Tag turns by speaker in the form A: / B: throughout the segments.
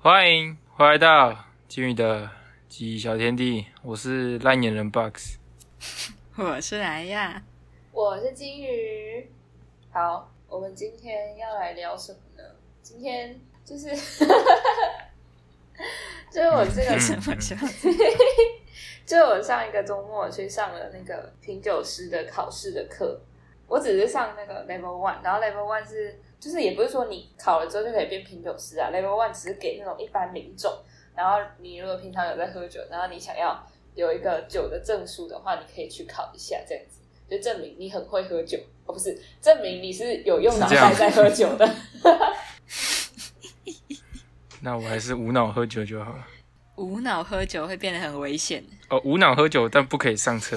A: 欢迎回来到金宇的记忆小天地，我是烂眼人 Box。
B: 我是莱亚，
C: 我是金鱼。好，我们今天要来聊什么呢？今天就是 就是我这
A: 嗯
C: 个
B: 什么笑？
C: 就是我上一个周末去上了那个品酒师的考试的课，我只是上那个 level one，然后 level one 是就是也不是说你考了之后就可以变品酒师啊，level one 只是给那种一般民众，然后你如果平常有在喝酒，然后你想要有一个酒的证书的话，你可以去考一下，这样子就证明你很会喝酒，哦不是，证明你是有用脑
A: 是这样
C: 袋在喝酒的。
A: 那我还是无脑喝酒就好了。
B: 无脑喝酒会变得很危险。
A: 哦，无脑喝酒，但不可以上车。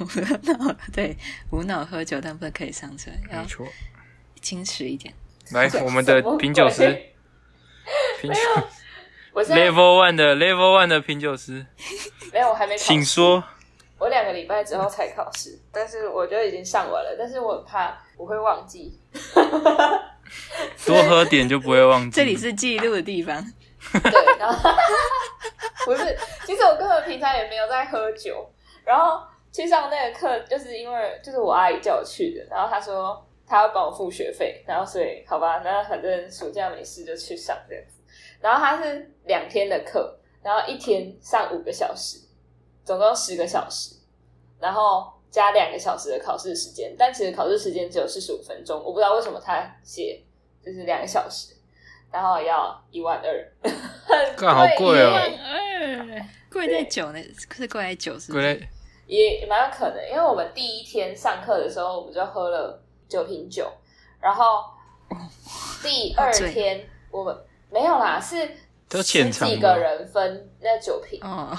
B: 无脑对，无脑喝酒但不可以上车，要
A: 没错。
B: 矜持一点。
A: 来， 我们的
C: 嗯 什么鬼
A: 品酒师，品酒
C: 我 现在
A: Level One 的 Level One 的品酒师，
C: 没有，我还没考
A: 请说。
C: 我两个礼拜之后才考试，但是我就已经上完了，但是我很怕我会忘记。
A: 多喝点就不会忘记。
B: 这里是记录的地 方，
C: 对，然后不是，其实我根本平常也没有在喝酒，然后去上那个课，就是因为就是我阿姨叫我去的，然后她说她要帮我付学费，然后所以好吧，那反正暑假没事就去上这样子。然后它是两天的课，然后一天上五个小时，总共十个小时，然后加两个小时的考试时间，但其实考试时间只有四十五分钟，我不知道为什么他写就是两个小时，然后要一万二， 很
A: 干好贵哦
C: 耶
B: 贵在酒呢，是贵在酒是不
A: 归
B: 是？
A: 来，
C: 也蛮有可能，因为我们第一天上课的时候，我们就喝了九瓶酒，然后第二天我们没有啦，是
A: 都
C: 十
A: 浅尝吗
C: 几个人分那九瓶，
B: 哦，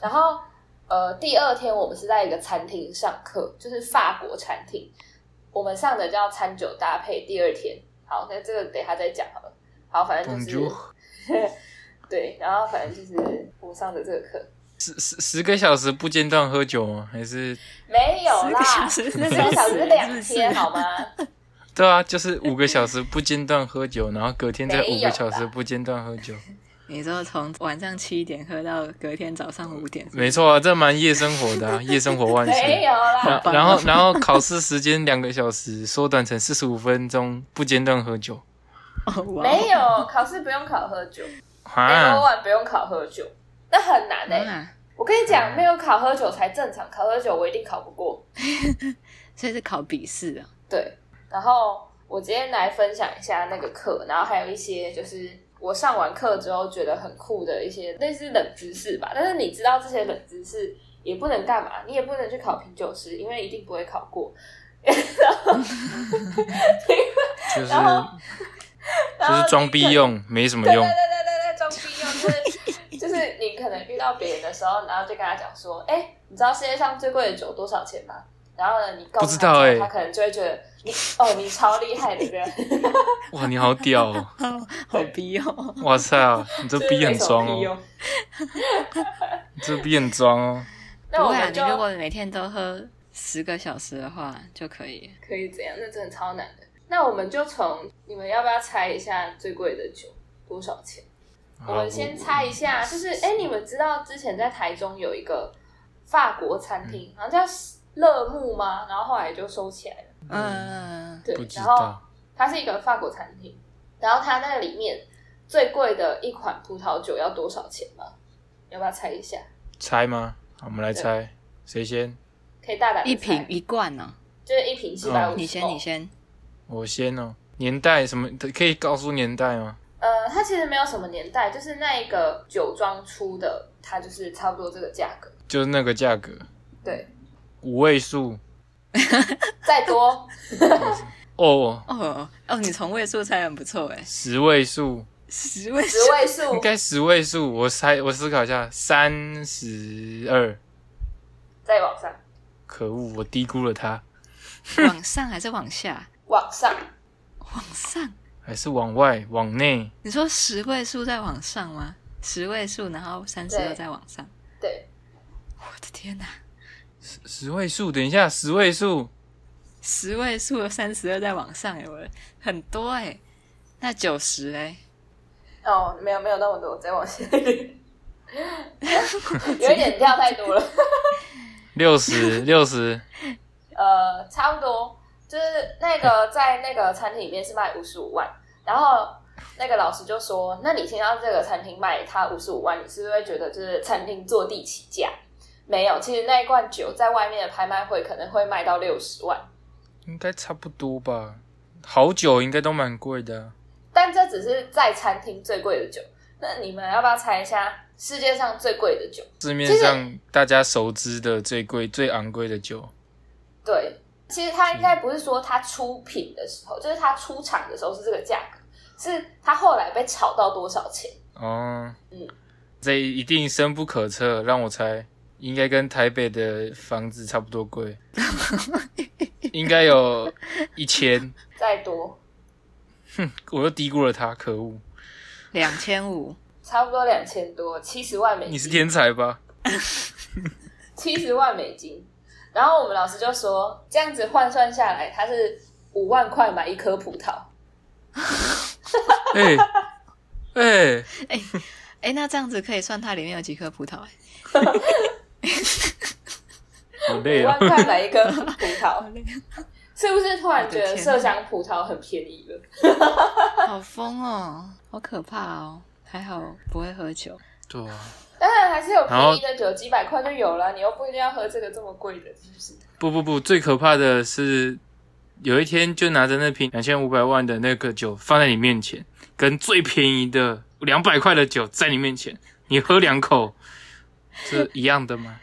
C: 然后呃，第二天我们是在一个餐厅上课，就是法国餐厅，我们上的叫餐酒搭配。第二天，好，那这个等一下再讲好了。好，反正就是
A: Bonjour
C: 对，然后反正就是我上的这个课
A: 十十十个小时不间断喝酒吗？还是
C: 没有
B: 十
C: 啦
B: 个，小时，那
C: 十个小时是两
B: 是
C: 天哦好吗？
A: 对啊，就是五个小时不间断喝酒，然后隔天再五
C: 没有
A: 个
C: 啦
A: 小时不间断喝酒。
B: 你说从晚上七点喝到隔天早上五点，
A: 没错啊，这蛮夜生活的、啊，夜生活万
C: 没
A: 岁。
C: 有啦
A: 然，
B: 棒哦
A: 然后，然后考试时间两个小时缩短成四十五分钟，不间断喝酒
B: 哦，哇哦
C: 没有考试不用考喝酒，没有
A: 啊！
C: 晚不用考喝酒，那很难哎、
B: 啊，
C: 我跟你讲，没有考喝酒才正常，考喝酒我一定考不过。
B: 所以是考笔试啊。
C: 对，然后我今天来分享一下那个课，然后还有一些就是我上完课之后觉得很酷的一些类似冷知识吧。但是你知道这些冷知识也不能干嘛，你也不能去考品酒师，因为一定不会考过。
A: 就是
C: 然后然
A: 就
C: 后
A: 是装逼用，没什么用
C: 对。对对对对，装逼用就是就是你可能遇到别人的时候，然后就跟他讲说，哎、你知道世界上最贵的酒多少钱吗？然后呢，你告
A: 不
C: 诉
A: 知道
C: 他之后，
A: 欸
C: 他可能就会觉得你哦，你超厉害 的，对不对？
A: 哇，你好屌 哦！
B: 哦， 好逼哦！
A: 哇塞、你这
C: 就是
A: 逼
C: 没
A: 很
C: 什么
A: 装
C: 屁
A: 哦，
C: 用。
A: 你这逼很装哦。
C: 那
B: 不
C: 我
B: 会啊，
C: 们
B: 你
C: 就
B: 如果每天都喝十个小时的话就可以。
C: 可以怎样？那真的超难的。那我们就从你们要不要猜一下最贵的酒多少钱？
A: 好
C: 我们先猜一下，就是哎、诶你们知道之前在台中有一个法国餐
A: 嗯
C: 厅，好像叫乐木吗？然后后来就收起来了。
B: 嗯，
C: 对
A: 不，知
C: 然后
A: 道，
C: 它是一个法国餐厅，然后它那里面最贵的一款葡萄酒要多少钱吗？要不要猜一下？
A: 猜吗？好我们来猜，谁先？
C: 可以大胆
B: 嗯
C: 地
B: 一
C: 猜
B: 瓶，一罐呢、
C: 就是一瓶七百五
A: 哦
C: 十。
B: 你先，你先。
A: 我先哦。年代什么？可以告诉年代吗？
C: 呃，它其实没有什么年代，就是那一个酒庄出的，它就是差不多这个价格。
A: 就是那个价格，
C: 对，
A: 五位数
C: 再多
A: 哦，
B: 哦哦，你从位数猜很不错哎，
A: 十位数。
B: 十位数
C: 十位数
A: 应该十位数，我猜，我思考一下，三十二。
C: 再往上，
A: 可恶，我低估了它，
B: 往上还是往下？
C: 往上，
B: 往上。
A: 还是往外往内？
B: 你说十位数再往上吗？十位数，然后三十
C: 对
B: 二再往上。
C: 对，
B: 我的天哪！
A: 十十位数，等一下，十位数
B: 十位数三十二再往上哎，我很多哎。那九十哎，
C: 哦，没有没有那么多，再往下一点， 有一点跳太多了。
A: 六十六十，
C: 呃，差不多，就是那个在那个餐厅里面是卖五十五万，然后那个老师就说：“那你先到这个餐厅卖它五十五万，你是不是会觉得就是餐厅坐地起价？”没有，其实那一罐酒在外面的拍卖会可能会卖到六十万，
A: 应该差不多吧？好酒应该都蛮贵的啊，
C: 但这只是在餐厅最贵的酒。那你们要不要猜一下世界上最贵的酒？
A: 市面上大家熟知的最贵、最昂贵的酒，
C: 对，其实它应该不是说它出品的时候，就是它出厂的时候是这个价格，是它后来被炒到多少钱？
A: 哦，
C: 嗯
A: 这一定深不可测。让我猜，应该跟台北的房子差不多贵， 应该有一千。
C: 再多
A: 我又低估了他，可恶！
B: 两千五，
C: 差不多两千多，七十万美金。
A: 你是天才吧？
C: 七十万美金。然后我们老师就说，这样子换算下来，它是五万块买一颗葡萄。
A: 哎、哎、
B: 哎，那这样子可以算它里面有几颗葡萄、哎
A: 好累
C: 五
A: 哦
C: 万。块买一颗 葡萄，
B: 好累，
C: 是不是突然觉
B: 我的
C: 得
B: 天
C: 麝香葡萄很便宜了？
B: 好疯哦，好可怕哦。还好不会喝酒，
A: 对啊，
C: 当然还是有
A: 然后
C: 便宜的酒，几百块就有了，你又不一定要喝这个这么贵的，是不是？
A: 不不不，最可怕的是有一天就拿着那瓶两千五百万的那个酒放在你面前，跟最便宜的两百块的酒在你面前，你喝两口，是一样的吗？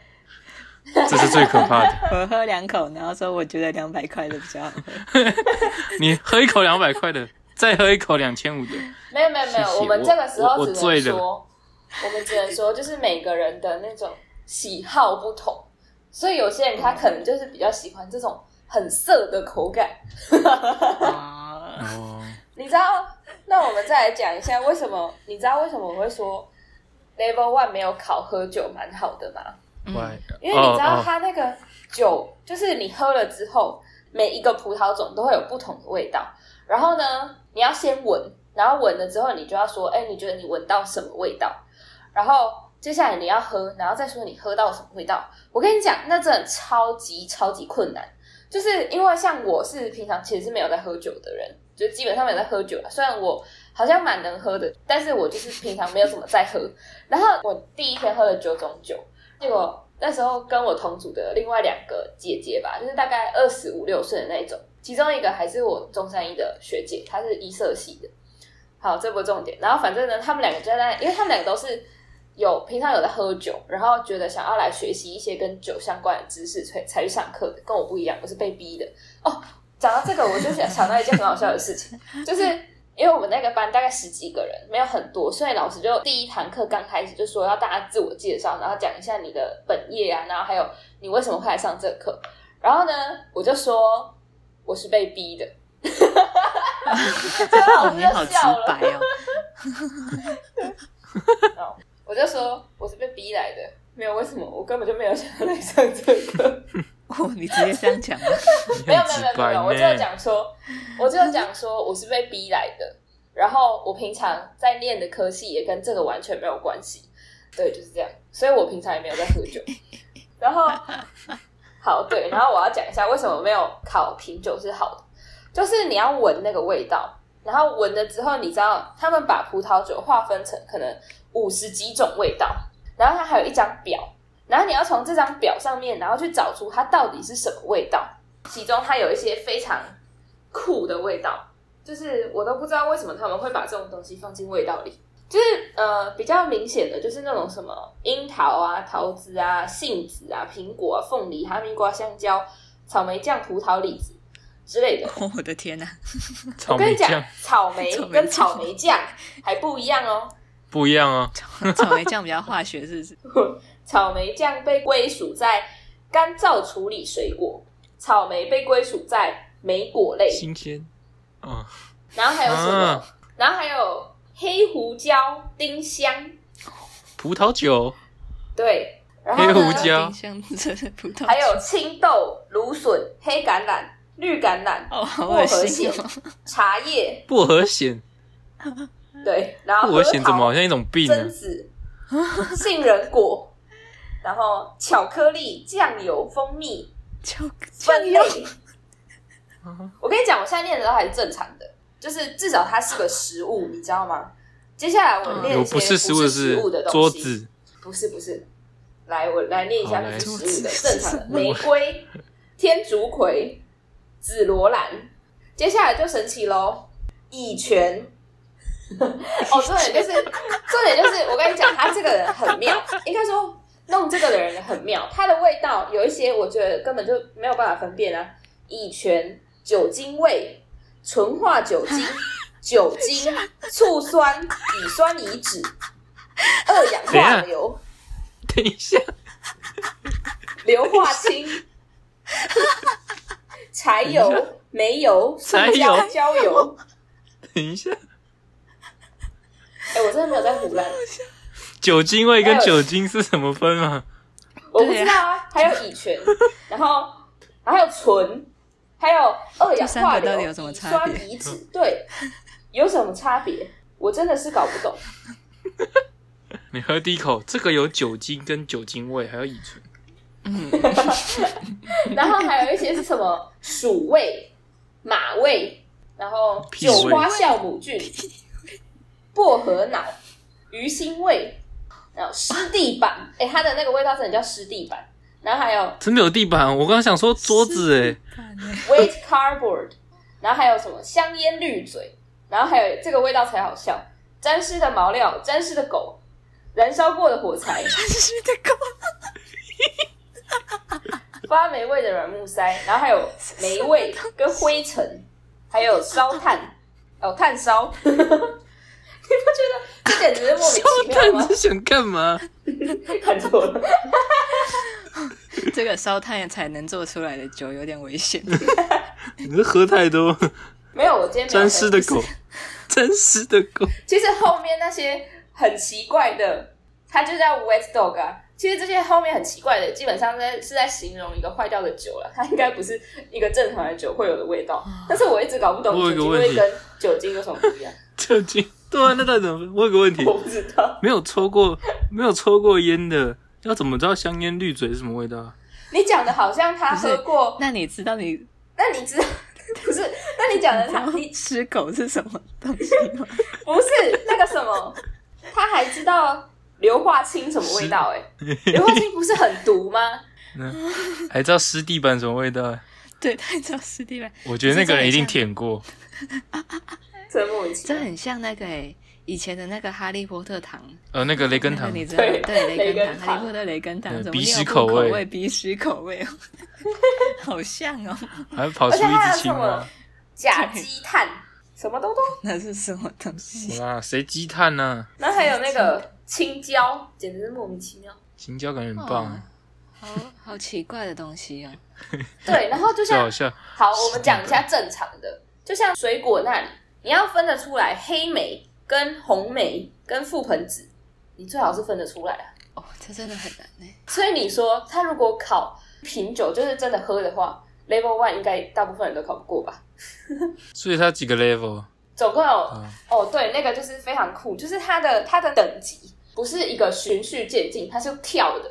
A: 这是最可怕 的。
B: 我喝两口，然后说我觉得两百块的比较好喝。
A: 你喝一口两百块的，再喝一口两千五的，
C: 没有没有没
A: 谢
C: 有，
A: 谢
C: 我们这个时
A: 我
C: 候
A: 我
C: 只
A: 醉
C: 能
A: 了
C: 说， 我们只能说，就是每个人的那种喜好不同，所以有些人他可能就是比较喜欢这种很涩的口感。
B: 哦
A: 哦，
C: 你知道？那我们再来讲一下，为什么你知道为什么我会说 Level One 没有考喝酒蛮好的吗？
A: 喂，
C: 因为你知道
A: 哦哦
C: 它那个酒，就是你喝了之后，每一个葡萄种都会有不同的味道。然后呢，你要先闻，然后闻了之后，你就要说，哎，你觉得你闻到什么味道？然后接下来你要喝，然后再说你喝到什么味道。我跟你讲，那真的超级超级困难，就是因为像我是平常其实是没有在喝酒的人，就基本上没有在喝酒啦。啊虽然我好像蛮能喝的，但是我就是平常没有怎么在喝。然后我第一天喝了九种酒，结果那时候跟我同组的另外两个姐姐吧，就是大概二十五六岁的那一种，其中一个还是我中山一的学姐，她是医社系的。好，这不重点。然后反正呢，他们两个就在那，因为他们两个都是有平常有在喝酒，然后觉得想要来学习一些跟酒相关的知识，才才去上课的。跟我不一样，我是被逼的。哦，讲到这个，我就想想到一件很好笑的事情，就是因为我们那个班大概十几个人，没有很多，所以老师就第一堂课刚开始就说要大家自我介绍，然后讲一下你的本业啊，然后还有你为什么会来上这个课。然后呢，我就说我是被逼的。
B: 哦，你好直白 哦。
C: 我就说我是被逼来的，没有为什么，我根本就没有想要来上这个，
B: 哦，你直接这样讲吗？
A: 你
C: 没有
A: 很
C: 没有
A: 直
C: 没有没
A: 白
C: 有，我就
A: 呢。
C: 讲说，我就讲说我是被逼来的，然后我平常在念的科系也跟这个完全没有关系，对，就是这样，所以我平常也没有在喝酒，然后 好对，然后我要讲一下为什么没有考品酒是好的，就是你要闻那个味道，然后闻了之后，你知道他们把葡萄酒划分成可能五十几种味道，然后它还有一张表，然后你要从这张表上面，然后去找出它到底是什么味道。其中它有一些非常酷的味道，就是我都不知道为什么他们会把这种东西放进味道里。就是呃，比较明显的就是那种什么樱桃啊、桃子啊、杏子啊、苹果、啊、凤梨、哈密瓜、香蕉、草莓酱、葡萄、李子之类的。
B: 哦我的天哪、
A: 草
C: 我跟
A: 莓
C: 你讲
A: 酱，
C: 草莓
B: 草莓
C: 跟
B: 酱
C: 草莓酱还不一样哦。
A: 不一样哦。
B: 草莓酱比较化学，是不是？
C: 草莓酱被归属在干燥处理水果，草莓被归属在莓果类，
A: 新鲜。嗯，
C: 然后还有什么？
A: 啊
C: 然后还有黑胡椒、丁香，
A: 葡萄酒，
C: 对，然后呢
A: 黑胡椒
B: 丁香这是葡萄酒，
C: 还有青豆、芦笋、黑橄榄、绿橄榄、
B: 哦，好
C: 薄
B: 恶
C: 荷
B: 心
C: 馅
B: 哦！、
C: 茶叶，
A: 薄荷藓，
C: 对，然后
A: 我
C: 核
A: 显怎么
C: 桃
A: 好、像一种病
C: 榛
A: 呢？
C: 子、杏仁果，然后巧克力、酱油、蜂蜜
B: 就
C: 分类。
A: 嗯
C: 我跟你讲，我现在念的都还是正常的，就是至少它是个食物，你知道吗？接下来我
B: 嗯
A: 啊
C: 念
A: 有
C: 一些
A: 不是
C: 是
A: 食物的
C: 食
A: 是
C: 物的东
A: 桌
C: 西，
A: 子，
C: 不是不是，来我来念一下
A: 好来
C: 不是食物
B: 桌子
C: 的正常的
B: 是什么
C: 玫瑰、天竺葵、紫罗兰，接下来就神奇喽，乙醛。哦，重点就是重点就是我跟你讲，他这个人很妙，应该说弄这个的人很妙，他的味道有一些我觉得根本就没有办法分辨啊，乙醛、酒精味、纯化酒 精、酒精、醋酸、乙酸乙酯、二氧
A: 等一
C: 化
A: 下
C: 硫。
A: 等一下，
C: 硫化氢、柴油、煤油、塑
A: 柴
C: 胶
A: 油
C: 焦油。
A: 等一下，
C: 哎、我真的没有在胡乱，
A: 酒精味跟
C: 还有
A: 酒精是什么分啊？
C: 我不知道啊。还有乙醛， 然后然后还有醇，还有二
B: 这
C: 氧化
B: 三个到
C: 硫、
B: 底有什么
C: 乙
B: 差别
C: 酸、乙酯，对，有什么差别？我真的是搞不懂。
A: 你喝第一口，这个有酒精跟酒精味，还有乙醇。
C: 然后还有一些是什么鼠味、马味，然后
A: 屁
C: 九
A: 味
C: 花酵母菌、薄荷脑、鱼腥味，然后湿地板，哎、它的那个味道真的叫湿地板。然后还有
A: 真的有地板？我刚刚想说桌子诶、
B: 看欸
C: wet cardboard，然后还有什么香烟绿嘴，然后还有这个味道才好笑，沾湿的毛料、沾湿的狗、燃烧过的火柴、
B: 真是的狗，
C: 发霉味的软木塞，然后还有霉味跟灰尘，还有烧炭，哦，炭烧， 你不觉得这简直是莫名其妙
A: 但
C: 吗
A: 你？是想干嘛？
C: 看错了，
B: 这个烧炭才能做出来的酒有点危险。
A: 嗯你是喝太 多，
C: 没有，我今天没有
A: 沾湿的
C: 喝
A: 狗，沾湿的狗。
C: 其实后面那些很奇怪的，它就叫 wet dog 啊。其实这些后面很奇怪的，基本上在是在形容一个坏掉的酒了，它应该不是一个正常的酒会有的味道。但是我一直搞不懂
A: 我有一
C: 酒
A: 个
C: 精
A: 问
C: 味
A: 题
C: 跟酒精有什么不一样，
A: 酒精对啊，那到底怎么 分？我有个问题，
C: 我不知道。
A: 没有抽过没有抽过烟的，要怎么知道香烟绿嘴是什么味道啊？
C: 你讲的好像他喝过，
B: 那你知道你
C: 那你知道 不是？那你讲的他你
B: 吃狗是什么东西吗？
C: 不是那个什么，他还知道硫化氢什么味道、哎，硫化氢不是很毒 吗？
A: 还哎知道湿地板什么味道啊？
B: 对，他知道湿地板，
A: 我觉得那个人一定舔过。
C: 真莫名其
B: 这
C: 妙。
B: 很像那个诶、以前的那个哈利波特糖，
A: 呃，那个雷根
B: 那
A: 糖
B: 个，你知道吗
C: 对
B: 对雷
C: 雷根
B: 根糖，
C: 糖
B: 哈利波特雷根糖，
A: 对
B: 什么
A: 鼻
B: 尿
A: 屎
B: 布
A: 口
B: 口
A: 味
B: 味、鼻屎口味，哦 好像哦，
A: 还跑
C: 而
A: 出
C: 且
A: 一
C: 还
A: 只
C: 有
A: 青
C: 什么
A: 蛙。
C: 甲基碳什么东东，
B: 那是什么东西？
A: 哇，谁啊积碳呢、
C: 然后还有那个青椒，简直是莫名其妙。
A: 青椒感觉很棒、
B: 哦好好奇怪的东西哦。
C: 对，然后就
A: 最
C: 像
A: 好笑。
C: 好，我们讲一下正常的，就像水果那里，你要分得出来黑莓跟红莓跟覆盆子，你最好是分得出来啊。
B: 哦，这真的很难呢。
C: 所以你说他如果考品酒，就是真的喝的话，Level One 应该大部分人都考不过吧？
A: 所以它几个 level
C: 总共有、
A: 啊？
C: 哦，对，那个就是非常酷，就是它的它的等级不是一个循序渐进，它是跳的。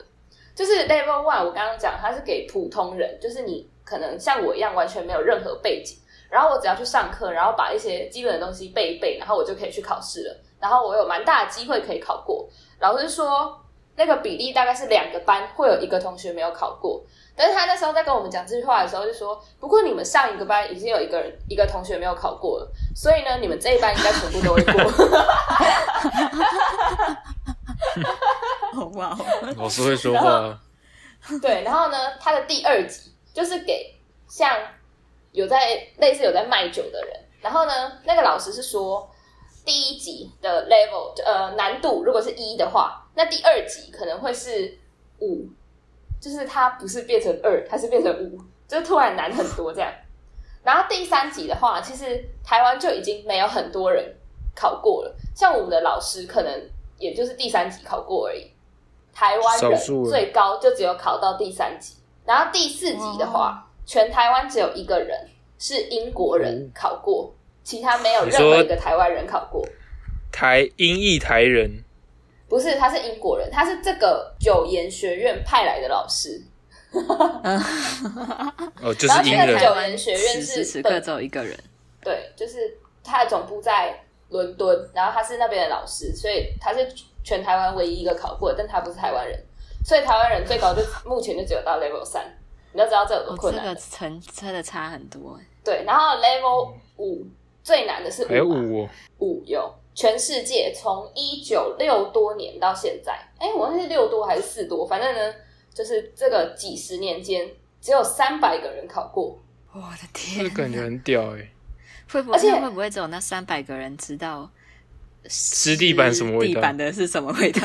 C: 就是 Level One，我刚刚讲它是给普通人，就是你可能像我一样完全没有任何背景，然后我只要去上课，然后把一些基本的东西背一背，然后我就可以去考试了。然后我有蛮大的机会可以考过。老师说那个比例大概是两个班会有一个同学没有考过，但是他那时候在跟我们讲这句话的时候就说，不过你们上一个班已经有一个人一个同学没有考过了，所以呢，你们这一班应该全部都会过。
B: 哦哇哦，
A: 老师会说话，
C: 对，然后呢，他的第二集就是给像有在类似有在卖酒的人，然后呢，那个老师是说第一集的 level 呃难度如果是一的话，那第二集可能会是五，就是它不是变成二，它是变成五，就突然难很多这样。然后第三集的话，其实台湾就已经没有很多人考过了，像我们的老师可能也就是第三集考过而已。台湾
A: 少
C: 人
A: 数人
C: 最高就只有考到第三级，然后第四级的
B: 哦
C: 话，全台湾只有一个人是英国人考过，其他没有任何一个台湾人考过。
A: 台英裔台人，
C: 不是，他是英国人，他是这个九研学院派来的老师。
B: 嗯，
A: 哦，就
C: 然后
A: 是
C: 那
A: 英
C: 个
A: 人
C: 九人学
B: 此
C: 院是
B: 时此
C: 本
B: 刻只有一个人，
C: 对，就是他的总部在伦敦，然后他是那边的老师，所以他是全台湾唯一一个考过的，但他不是台湾人，所以台湾人最高就目前就只有到 level 三，你就知道这有多
B: 哦，
C: 困
B: 这
C: 难。
B: 个成真的差很多欸。
C: 对，然后 level 五最难的是
A: 还有
C: 五嘛
A: 五哦，
C: 五有全世界从一九六多年到现在，哎，我忘记是六多还是四多，反正呢，就是这个几十年间只有三百个人考过。
B: 我的
A: 这
B: 天
A: 个感觉
B: 哪，
A: 很屌哎、
B: 会不
C: 而且
B: 会会不会只有那三百个人知道湿
A: 地板什么味道
B: 地板的是什么味道？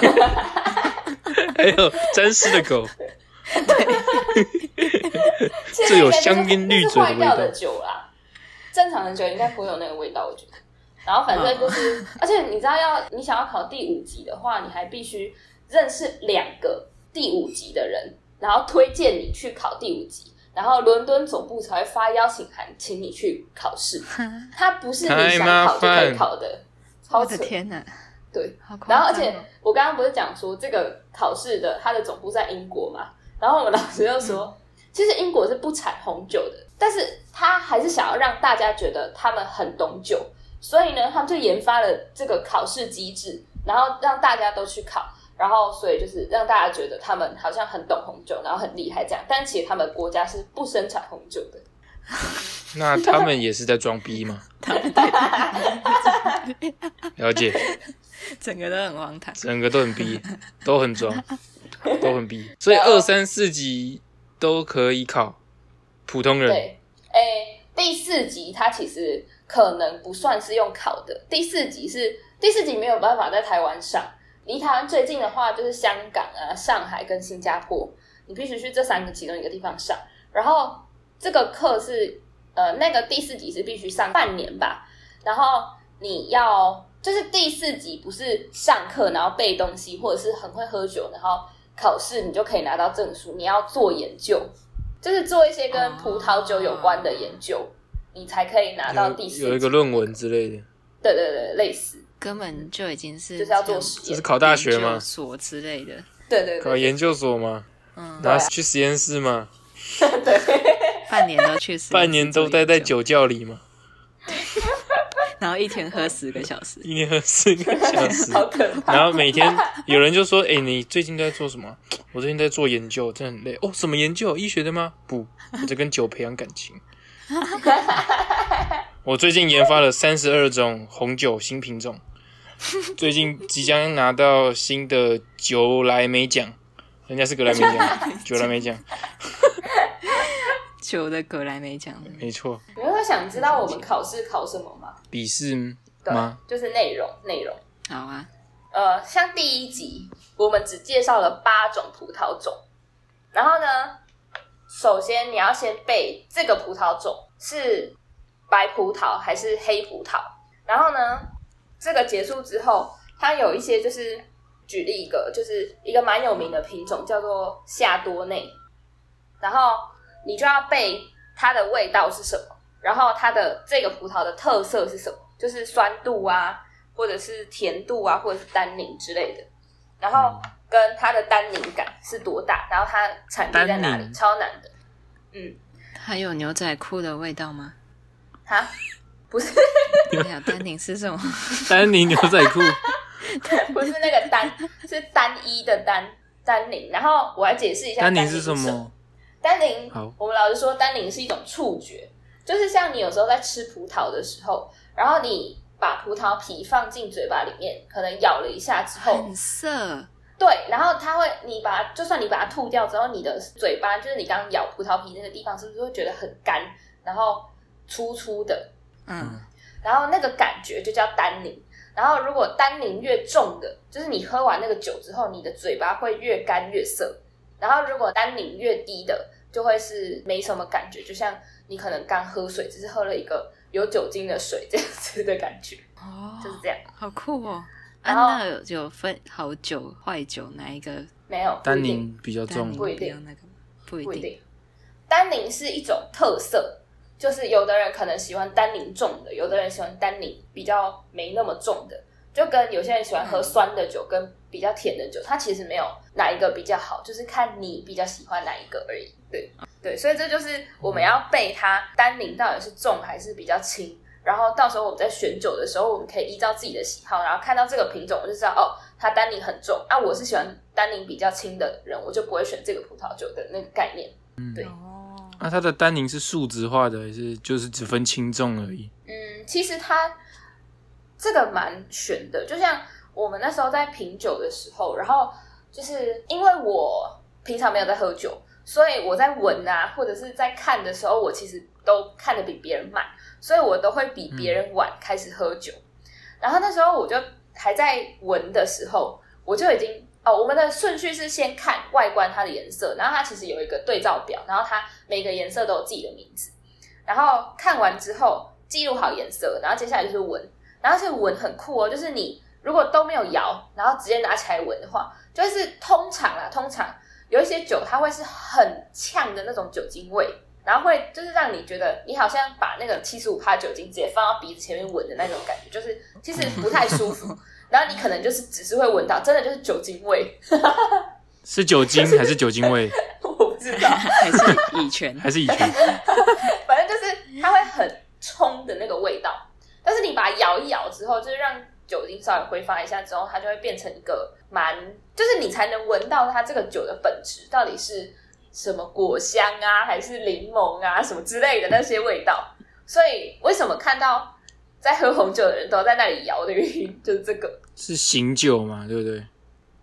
A: 还有 沾湿的狗，这有
C: 现在应该 就是
A: 香槟绿
C: 那是
A: 酒的
C: 坏掉
A: 味
C: 的
A: 道
C: 酒啦，正常的酒应该不会有那个味道，我觉得。然后反正
A: 嗯
C: 就是，而且你知道要你想要考第五级的话，你还必须认识两个第五级的人，然后推荐你去考第五级，然后伦敦总部才会发邀请函请你去考 试。它不是你想考就可以考的， 超
B: 我的
C: 扯。
B: 天哪，
C: 对，
B: 好夸张哦
C: 然后而且我刚刚不是讲说这个考试的它的总部在英国嘛，然后我们老师就
B: 嗯
C: 说，其实英国是不产红酒的，但是他还是想要让大家觉得他们很懂酒，所以呢，他们就研发了这个考试机制，然后让大家都去考。然后，所以就是让大家觉得他们好像很懂红酒，然后很厉害这样。但其实他们国家是不生产红酒的，
A: 那他们也是在装逼吗？了解，
B: 整个都很荒唐。
A: 整个都很 逼，都很装，都很逼，所以二三四级都可以考，普通人
C: 对，诶，第四集它其实可能不算是用考的，第四集是第四集没有办法在台湾上，离台湾最近的话就是香港啊、上海跟新加坡，你必须去这三个其中一个地方上。然后这个课是呃，那个第四集是必须上半年吧，然后你要就是第四集不是上课然后背东西，或者是很会喝酒，然后考试你就可以拿到证书，你要做研究，就是做一些跟葡萄酒有关的研究，你才可以拿到第四集
A: 有有一个论文之类的，
C: 对对对，类似，
B: 根本就已经是
C: 就是要做
B: 像
C: 实
A: 这是
C: 验，
A: 考大学
B: 研究
A: 吗？
B: 所之类的，
C: 对对啊
A: 考
C: 对，，
A: 研究所吗？
B: 嗯，
A: 然后去实验室吗？
B: 半年都去实验室做研 究，
A: 半年都待在酒窖里吗？
B: 然后一天喝十个小时，
A: 一年喝四个小时
C: 好可 怕。
A: 然后每天有人就说：“哎、你最近都在做什么？”我最近在做研究，真的很累。哦，什么研究？医学的吗？不，我在跟酒培养感情。我最近研发了三十二种红酒新品种，最近即将拿到新的酒莱美奖，人家是格莱美奖，酒莱美奖，
B: 酒的格莱美奖，
A: 没错，
C: 你们会想知道我们考试考什么吗？
A: 笔试
C: 对
A: 吗？，
C: 就是内容内容。
B: 好啊，
C: 呃，像第一集我们只介绍了八种葡萄种，然后呢，首先你要先背这个葡萄种是白葡萄还是黑葡萄，然后呢，这个结束之后，它有一些就是举例一个，就是一个蛮有名的品种叫做夏多内，然后你就要背它的味道是什么，然后它的这个葡萄的特色是什么，就是酸度啊，或者是甜度啊，或者是单宁之类的，然后跟它的单宁感是多大，然后它产地在哪
A: 单
C: 里，
A: 宁
C: 超难的。嗯，
B: 还有牛仔裤的味道 吗？
C: 哈，不是
B: 还有丹宁是什么？
C: 哦
A: 丹宁牛仔裤，
C: 不是那个单，是单一的单单宁。然后我来解释一下
A: 丹
C: 宁
A: 宁是什
C: 么。
A: 么？
C: 丹宁
A: 好，
C: 我们老师说丹宁是一种触觉，就是像你有时候在吃葡萄的时候，然后你把葡萄皮放进嘴巴里面，可能咬了一下之后，
B: 很涩，
C: 对，然后它会，你把它就算你把它吐掉之后，你的嘴巴就是你刚咬葡萄皮那个地方，是不是会觉得很干，然后粗粗的？
B: 嗯，
C: 然后那个感觉就叫单宁。然后如果单宁越重的，就是你喝完那个酒之后，你的嘴巴会越干越涩。然后如果单宁越低的，就会是没什么感觉，就像你可能刚喝水，只是喝了一个有酒精的水这样子的感觉，
B: 哦
C: 就是，这样。
B: 好酷哦。安
C: 然后
B: 娜有有分好酒、坏酒，哪一个
C: 没有不一
A: 丹
C: 定
A: 宁比较
B: 丹
A: 重
B: 宁，
C: 不一
B: 比较
C: 定
B: 那个？不一
C: 不一
B: 定，
C: 定。单宁是一种特色，就是有的人可能喜欢单宁重的，有的人喜欢单宁比较没那么重的。就跟有些人喜欢喝酸的酒跟比较甜的酒，它其实没有哪一个比较好，就是看你比较喜欢哪一个而已。对对，所以这就是我们要背它单宁到底是重还是比较轻，然后到时候我们在选酒的时候，我们可以依照自己的喜好，然后看到这个品种，我就知道哦，它单宁很重啊，我是喜欢单宁比较轻的人，我就不会选这个葡萄酒的那个概念。对
B: 哦，
A: 那啊它的单宁是数值化的，还是就是只分轻重而已？
C: 嗯，其实它这个蛮悬的，就像我们那时候在品酒的时候，然后就是因为我平常没有在喝酒，所以我在闻啊，或者是在看的时候，我其实都看得比别人慢，所以我都会比别人晚开始喝酒。然后那时候我就还在闻的时候，我就已经哦，我们的顺序是先看外观它的颜色，然后它其实有一个对照表，然后它每个颜色都有自己的名字。然后看完之后记录好颜色，然后接下来就是闻，然后这个闻很酷哦，就是你如果都没有摇，然后直接拿起来闻的话，就是通常啦，通常有一些酒它会是很呛的那种酒精味，然后会就是让你觉得你好像把那个七十五帕酒精直接放到鼻子前面闻的那种感觉，就是其实不太舒服。然后你可能就是只是会闻到，真的就是酒精味，
A: 是酒精还是酒精味，
C: 我不知道。
B: 还是乙醛，
A: 还是乙醛？
C: 反正就是它会很冲的那个味道，但是你把它摇一摇之后，就是让酒精稍微挥发一下之后，它就会变成一个蛮，就是你才能闻到它这个酒的本质到底是什么果香啊，还是柠檬啊什么之类的那些味道。所以为什么看到在喝红酒的人都在那里摇的原因，就是这个。
A: 是醒酒嘛，对不对？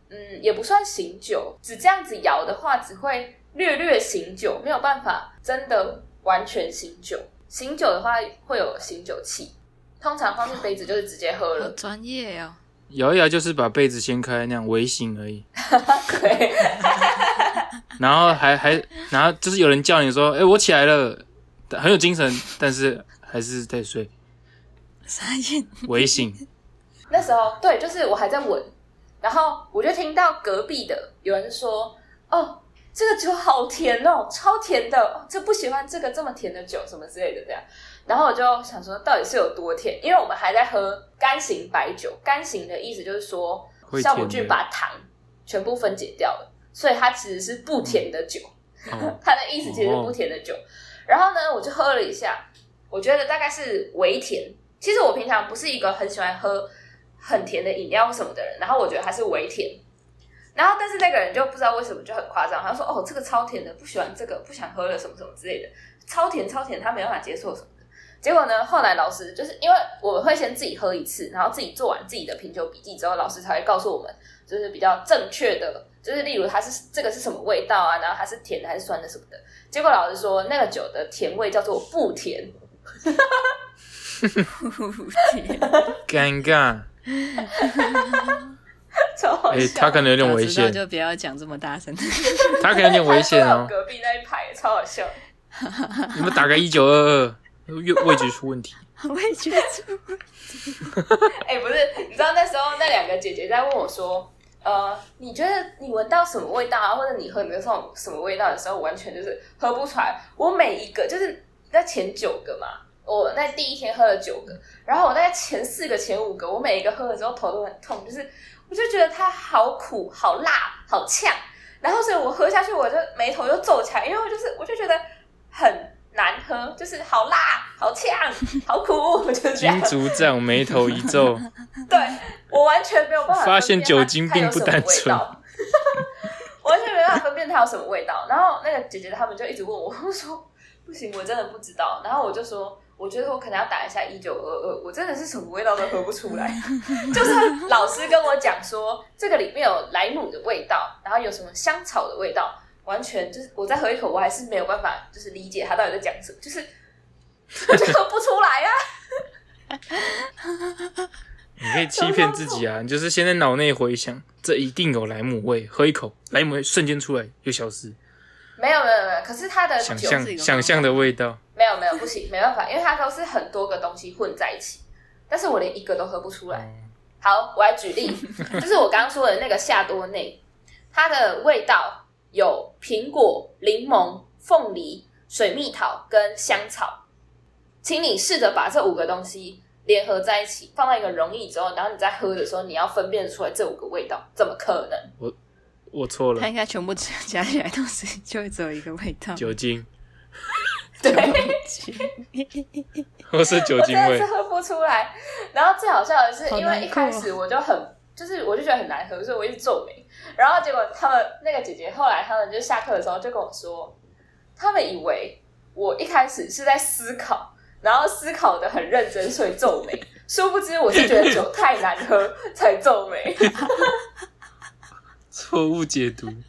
C: 嗯，也不算醒酒，只这样子摇的话，只会略略醒酒，没有办法真的完全醒酒。醒酒的话会有醒酒气，通常放进杯子就是直接喝
B: 好
C: 了。
B: 专业哦。
A: 摇一摇就是把被子掀开那样微醒而已，
C: 对，
A: 然后还还然后就是有人叫你说，哎、我起来了，很有精神，但是还是在睡，
B: 傻眼，
A: 微醒。
C: 那时候对，就是我还在闻，然后我就听到隔壁的有人说：“哦，这个酒好甜哦，超甜的，哦这不喜欢这个这么甜的酒，什么之类的这样。”然后我就想说，到底是有多甜？因为我们还在喝干型白酒，干型的意思就是说
A: 会
C: 酵
A: 甜的
C: 母菌把糖全部分解掉了，所以它其实是不甜的酒。
A: 哦，
C: 它的意思其实是不甜的酒。然后呢，我就喝了一下，我觉得大概是微甜。其实我平常不是一个很喜欢喝很甜的饮料或什么的人，然后我觉得它是微甜。然后，但是那个人就不知道为什么就很夸张，他说：“哦，这个超甜的，不喜欢这个，不想喝了，什么什么之类的，超甜超甜，他没办法接受什么的。”结果呢，后来老师就是因为我们会先自己喝一次，然后自己做完自己的品酒笔记之后，老师才会告诉我们就是比较正确的，就是例如它是这个是什么味道啊，然后它是甜的还是酸的什么的。结果老师说那个酒的甜味叫做不甜，
B: 天，
A: 尴尬。
C: 超好
A: 哎、
C: 笑。啊
A: 他可能有点危
B: 知道
A: 险，
B: 就不要讲这么大声。
A: 他可能有点危险哦
C: 他坐。到我隔壁那一排超好笑，
A: 你们打个一九二二，味味觉出问题。
B: 我也觉得 出，
C: 哎、不是，你知道那时候那两个姐姐在问我说，呃，你觉得你闻到什么味道啊，或者你喝你的种什么味道的时候，我完全就是喝不出来。我每一个就是那前九个嘛，我那第一天喝了九个，然后我大概前四个、前五个，我每一个喝了之后头都很痛，就是我就觉得它好苦、好辣、好呛，然后所以我喝下去我就眉头就皱起来，因为我就是我就觉得很。难喝，就是好辣、好呛、好苦，我就这样
A: 金。组长眉头一皱，
C: 对我完全没有办法
A: 发现
C: 分辨它
A: 酒精
C: 它
A: 并
C: 有
A: 不
C: 什么
A: 单
C: 味
A: 纯
C: 道 我完全没办法分辨它有什么味道。然后那个姐姐她们就一直问我，我说不行，我真的不知道。然后我就说，我觉得我可能要打一下一九二二，我真的是什么味道都喝不出来。 就是老师跟我讲说，这个里面有莱姆的味道，然后有什么香草的味道，完全就是我再喝一口，我还是没有办法就是理解他到底在讲什么，就是 我就喝不 出来啊。
A: 你可以欺骗自己 啊！你就是先在脑内回想，这一定有莱姆味，喝一口，莱姆味瞬间出来又消失，
C: 没有没有没有，可是它的
A: 想
C: 酒
B: 是
A: 象
B: 一个
A: 想象的味道。
C: 没有没有，不行，没办法，因为它都是很多个东西混在一起，但是我连一个都喝不出
A: 哦嗯
C: 来。好，我来举例，就是我刚刚说的那个夏多内，它的味道有苹果、柠檬、凤梨、水蜜桃跟香草，请你试着把这五个东西联合在一起，放到一个溶液之后，然后你在喝的时候，你要分辨出来这五个味道，怎么可能？
A: 我错了
B: 它，应该全部加起来都是就会只有一个味道，
A: 酒精，
C: 对，
A: 我是酒
C: 我
A: 精
C: 真的
A: 味
C: 是，喝不出来。然后最好笑的是，
B: 好
C: 因
B: 难
C: 为一开始我就很，就是我就觉得很难喝，所以我一直皱眉。然后结果他们那个姐姐后来他们就下课的时候就跟我说，他们以为我一开始是在思考，然后思考的很认真，所以皱眉。殊不知我是觉得酒太难喝才皱眉， 我觉得
A: 错误解读，
C: 超好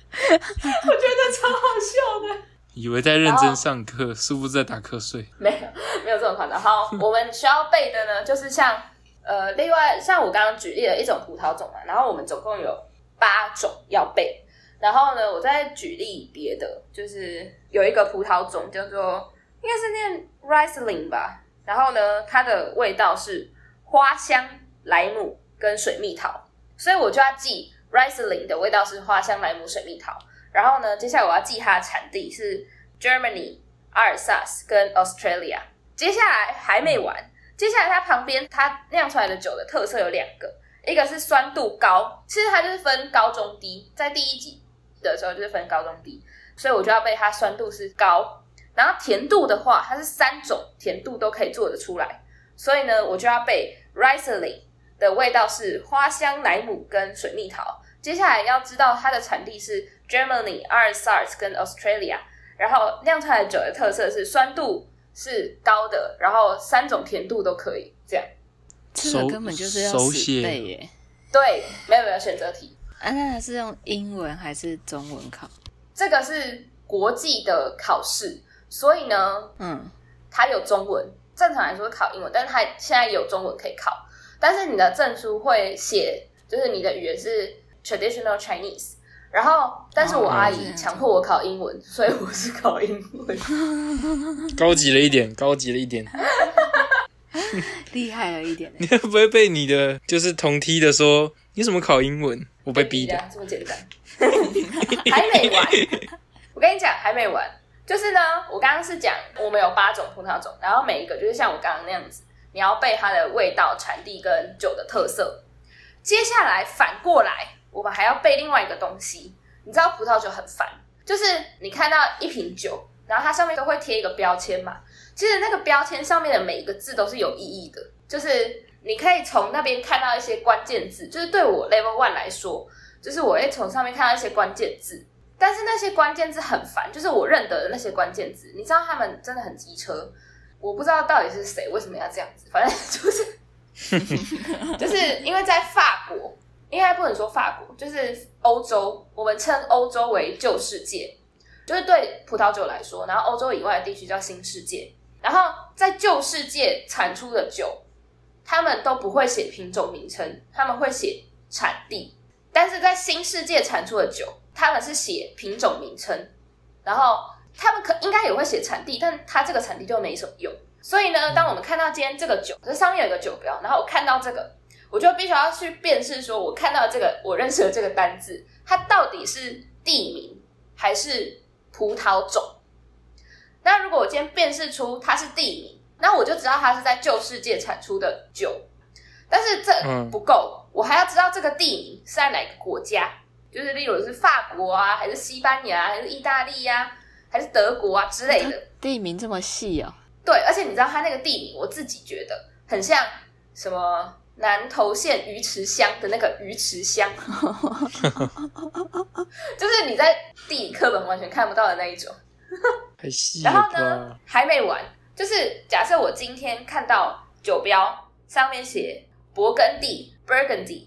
C: 笑的。
A: 以为在认真
C: 好
A: 上课，殊不知在打瞌睡。
C: 没有没有这种夸张。好，我们需要背的呢，就是像呃，另外像我刚刚举例的一种葡萄种嘛，然后我们总共有八种要背。然后呢，我再举例别的，就是有一个葡萄种叫做应该是念 Riesling 吧，然后呢，它的味道是花香、莱姆跟水蜜桃，所以我就要记 Riesling 的味道是花香、莱姆、水蜜桃。然后呢，接下来我要记它的产地是 Germany、阿尔萨斯跟 Australia。接下来还没完，接下来它旁边它酿出来的酒的特色有两个，一个是酸度高，其实它就是分高中低，在第一集的时候就是分高中低，所以我就要背它酸度是高。然后甜度的话，它是三种甜度都可以做得出来，所以呢，我就要背 Riesling 的味道是花香、莱姆跟水蜜桃。接下来要知道它的产地是 Germany、阿尔萨斯跟 Australia，然后酿出来的酒的特色是酸度是高的，然后三种甜度都可以。这样
B: 这
A: 手
B: 个根本就是要
A: 手
B: 死
A: 写
B: 背耶。
C: 对，没有没有选择题，
B: 啊，那是用英文还是中文考？
C: 这个是国际的考试，所以呢，
B: 嗯，
C: 它有中文，正常来说考英文，但是它现在有中文可以考，但是你的证书会写，就是你的语言是 traditional Chinese。然后，但是我
B: 哦
C: 阿
B: 这
C: 姨
B: 样
C: 强迫我考英文，所以我是考英文。
A: 高级了一点，高级了一 点。
B: 厉害了一点耶。
A: 你会不会被你的就是同梯的说你怎么考英文？我被逼的。
C: 啊，这么简单， 还没完。我跟你讲，还没完。就是呢，我刚刚是讲我们有八种葡萄种，然后每一个就是像我刚刚那样子，你要背它的味道、产地跟酒的特色。接下来反过来，我们还要背另外一个东西。你知道葡萄酒很烦，就是你看到一瓶酒，然后它上面都会贴一个标签嘛。其实那个标签上面的每一个字都是有意义的，就是你可以从那边看到一些关键字。就是对我 Level One 来说，就是我会从上面看到一些关键字，但是那些关键字很烦，就是我认得的那些关键字，你知道他们真的很机车，我不知道到底是谁为什么要这样子，反正就是就是 因为在法国，应该不能说法国，就是欧洲，我们称欧洲为旧世界，就是对葡萄酒来说，然后欧洲以外的地区叫新世界，然后在旧世界产出的酒，他们都不会写品种名称，他们会写产地。但是在新世界产出的酒，他们是写品种名称，然后他们可应该也会写产地，但它这个产地就没什么用。所以呢，当我们看到今天这个酒，这上面有一个酒标，然后我看到这个，我就必须要去辨识，说我看到这个我认识的这个单字，它到底是地名还是葡萄种。那如果我今天辨识出它是地名，那我就知道它是在旧世界产出的酒。但是这
A: 嗯
C: 不够，我还要知道这个地名是在哪个国家，就是例如是法国啊，还是西班牙啊，还是意大利呀、啊，还是德国啊之类的。
B: 地名这么细哦，
C: 对，而且你知道它那个地名，我自己觉得很像什么南投县鱼池乡的那个鱼池乡，就是你在地理课本完全看不到的那一种。
A: 太细了
C: 然后呢
A: 吧？，
C: 还没完，就是假设我今天看到酒标上面写勃艮第 （Burgundy），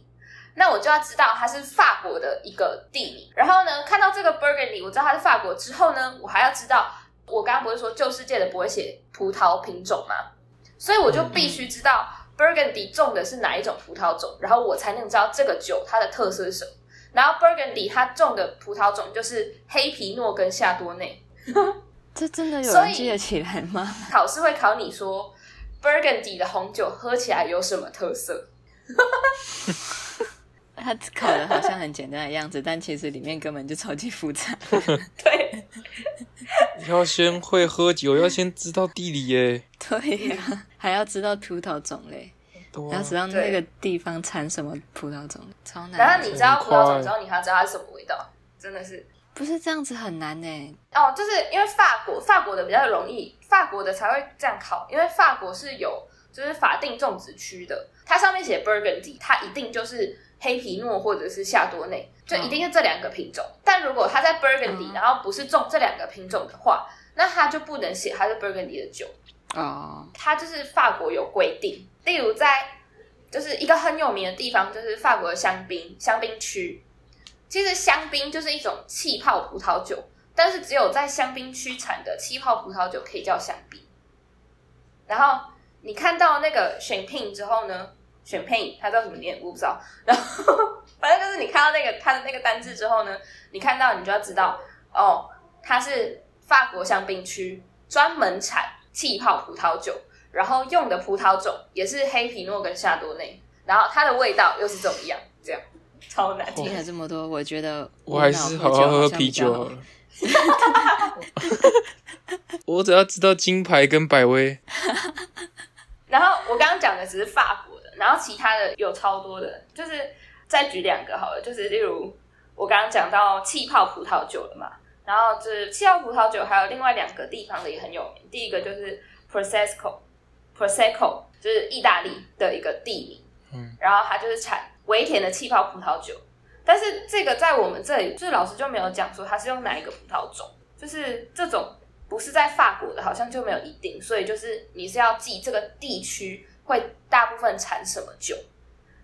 C: 那我就要知道它是法国的一个地名。然后呢，看到这个 Burgundy，我知道它是法国之后呢，我还要知道，我刚刚不是说旧世界的不会写葡萄品种吗？所以我就必须知道 Burgundy 种的是哪一种葡萄种，然后我才能知道这个酒它的特色是什么。然后 Burgundy 它种的葡萄种就是黑皮诺跟夏多内，
B: 这真的有
C: 所以
B: 人记得起来吗？
C: 考试会考你说 Burgundy 的红酒喝起来有什么特色？
B: 他考的好像很简单的样子，但其实里面根本就超级复杂。
C: 对，
A: 要先会喝酒，要先知道地理耶。
B: 对呀、还要知道葡萄种类，
A: 对
B: 然
A: 啊
B: 后只要那个地方产什么葡萄种，超难的。
C: 然后你知道
A: 很
C: 葡萄种
A: 快
C: 之后，你还要知道它是什么味道，真的是
B: 不是这样子很难呢？
C: 哦，就是因为法国法国的比较容易，法国的才会这样考，因为法国是有就是法定种植区的，它上面写 Burgundy，它一定就是黑皮诺或者是夏多内，就一定是这两个品种。但如果它在 Burgundy，、
B: 嗯
C: 然后不是种这两个品种的话，那它就不能写它是 Burgundy 的酒。
B: 哦，
C: 它就是法国有规定，例如在就是一个很有名的地方，就是法国的香槟香槟区。其实香槟就是一种气泡葡萄酒，但是只有在香槟区产的气泡葡萄酒可以叫香槟。然后你看到那个选聘之后呢，选聘它叫什么念我不知道。然后反正就是你看到那个它的那个单字之后呢，你看到你就要知道哦，它是法国香槟区专门产气泡葡萄酒，然后用的葡萄种也是黑皮诺跟夏多内，然后它的味道又是怎么样？这样超难
B: 听
C: 听。
B: 了这么多，我觉得
A: 哦我还是好好喝啤酒好
B: 好像比较好。
A: 了。我只要知道金牌跟百威，
C: 然后我刚刚讲的只是法国的，然后其他的有超多的，就是再举两个好了，就是例如我刚刚讲到气泡葡萄酒了嘛，然后就是气泡葡萄酒还有另外两个地方的也很有名，第一个就是 Prosecco，Prosecco 就是意大利的一个地名，
A: 嗯，
C: 然后它就是产微甜的气泡葡萄酒，但是这个在我们这里就是老师就没有讲说它是用哪一个葡萄种，就是这种不是在法国的，好像就没有一定，所以就是你是要记这个地区会大部分产什么酒，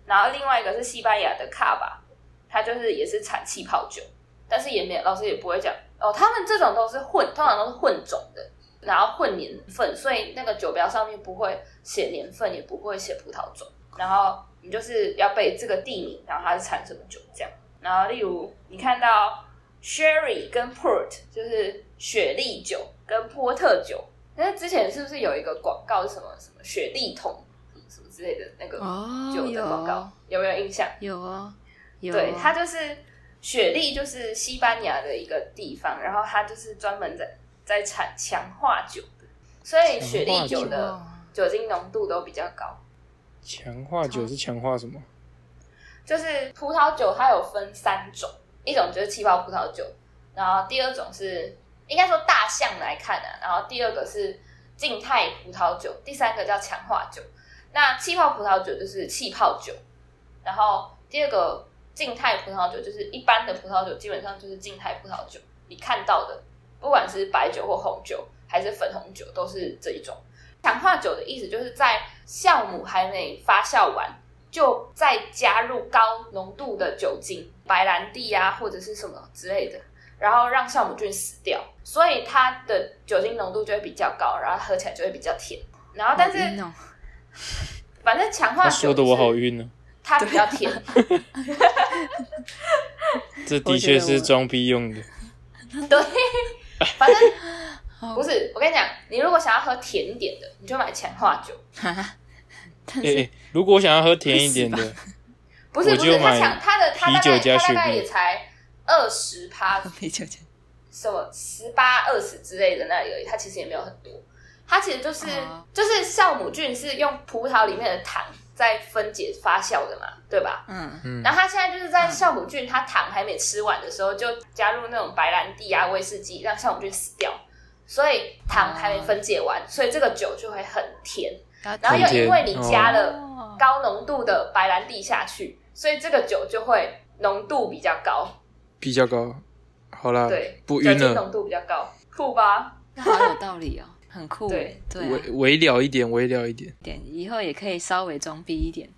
C: 然后另外一个是西班牙的卡吧，它就是也是产气泡酒，但是也没有老师也不会讲哦，他们这种都是混，通常都是混种的。然后混年份，所以那个酒标上面不会写年份，也不会写葡萄种。然后你就是要背这个地名，然后它是产什么酒这样。然后例如你看到 sherry 跟 port 就是雪莉酒跟波特酒，那之前是不是有一个广告是什么什么雪莉桶什么之类的那个
B: 哦，
C: 酒的广告，
B: 有
C: 有没有印象？
B: 有哦，有哦。
C: 对，它就是雪莉，就是西班牙的一个地方，然后它就是专门在在产强化酒的，所以雪莉酒的
B: 哇
C: 酒精浓度都比较高。
A: 强化酒是强化什么？
C: 就是葡萄酒它有分三种，一种就是气泡葡萄酒，然后第二种是应该说大象来看啊，然后第二个是静态葡萄酒，第三个叫强化酒。那气泡葡萄酒就是气泡酒，然后第二个静态葡萄酒就是一般的葡萄酒，基本上就是静态葡萄酒。你看到的，不管是白酒或红酒，还是粉红酒，都是这一种。强化酒的意思就是在酵母还没发酵完，就再加入高浓度的酒精，白兰地啊或者是什么之类的，然后让酵母菌死掉，所以它的酒精浓度就会比较高，然后喝起来就会比较甜。然后但是
B: 好 晕哦
C: 反正强化
A: 他
C: 酒
A: 说的我
C: 就是
A: 好晕啊呢、
C: 它比较甜，
A: 这的确是装逼用的。
C: 对， 反正
B: 好
C: 不是我跟你讲，你如果想要喝甜一点的，你就买强化酒，
B: 哈，但
A: 哎、
B: 是
A: 欸如果我想要喝甜一点
B: 会
A: 的，
C: 不是
A: 我
C: 不，
A: 就是
C: 它
A: 买
C: 强它的它大
A: 啤酒加
C: 概它
A: 雪
C: 大概
A: 碧
C: 也才二十趴
B: 啤酒精
C: 什么十八、二十之类的那里而已，它其实也没有很多。它其实就是、
B: 哦
C: 就是酵母菌是用葡萄里面的糖在分解发酵的嘛，对吧？
B: 嗯，
A: 嗯
C: 然，后它现在就是在
B: 嗯
C: 酵母菌它糖还没吃完的时候，就加入那种白兰地啊、威士忌，让酵母菌死掉，所以糖还没分解
A: 哦
C: 完，所以这个酒就会很甜。然后
A: 很
C: 又
A: 甜
C: 因为你加了
B: 哦
C: 高浓度的白兰地下去，所以这个酒就会浓度比较高，
A: 比较高。好啦
C: 对，，
A: 啊不
C: 酒
A: 晕
C: 精
A: 了，
C: 浓度比较高，酷吧？
B: 那好有道理哦，很酷。
C: 对
B: 对啊，
A: 微微聊一点，微聊一点。
B: 点以后也可以稍微装逼一点。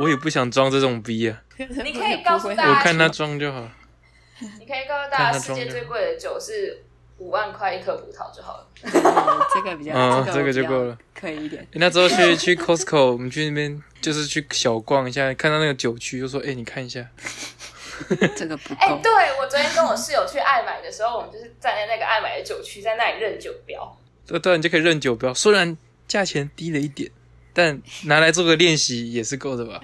A: 我也不想装这种逼啊，
C: 你可以告诉
B: 啊
C: 大
A: 我
C: 家
A: 看他装就好。
C: 你可以告诉大家，
A: 看它
C: 世
A: 装
C: 界
A: 的
C: 最贵的酒是五万块一颗葡萄就好了。
B: 嗯这个比较，
A: 嗯
B: 这
A: 这个就
B: 我比较
A: 够了，
B: 可以 一点。
A: 欸那之后去去 Costco，我们去那边就是去小逛一下，看到那个酒区就说：“哎、你看一下，
B: 这个不
C: 哎、
B: 够，
C: 对我昨天跟我室友去爱买的时候，我们就是站在那个爱买的酒区，在那里认酒标。
A: 这当然就可以认酒标，虽然价钱低了一点，但拿来做个练习也是够的 吧？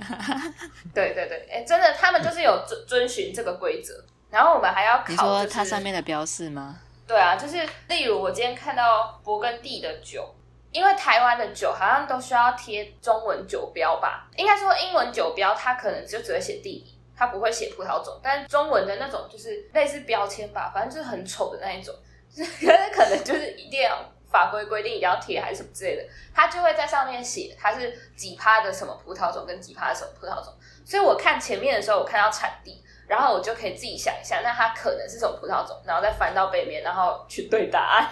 C: 对对对，哎、真的，他们就是有遵遵循这个规则。然后我们还要
B: 你
C: 考、
B: 说
C: 就是，
B: 它上面的标示吗？
C: 对啊，就是例如我今天看到勃艮第的酒，因为台湾的酒好像都需要贴中文酒标吧，应该说英文酒标它可能就只会写地名，它不会写葡萄种，但中文的那种就是类似标签吧，反正就是很丑的那一种， 可是可能就是一定要法规规定也要贴还是什么之类的，它就会在上面写它是几趴的什么葡萄种跟几趴的什么葡萄种，所以我看前面的时候我看到产地。然后我就可以自己想一下，那它可能是什么葡萄种，然后再翻到背面，然后去对答 案。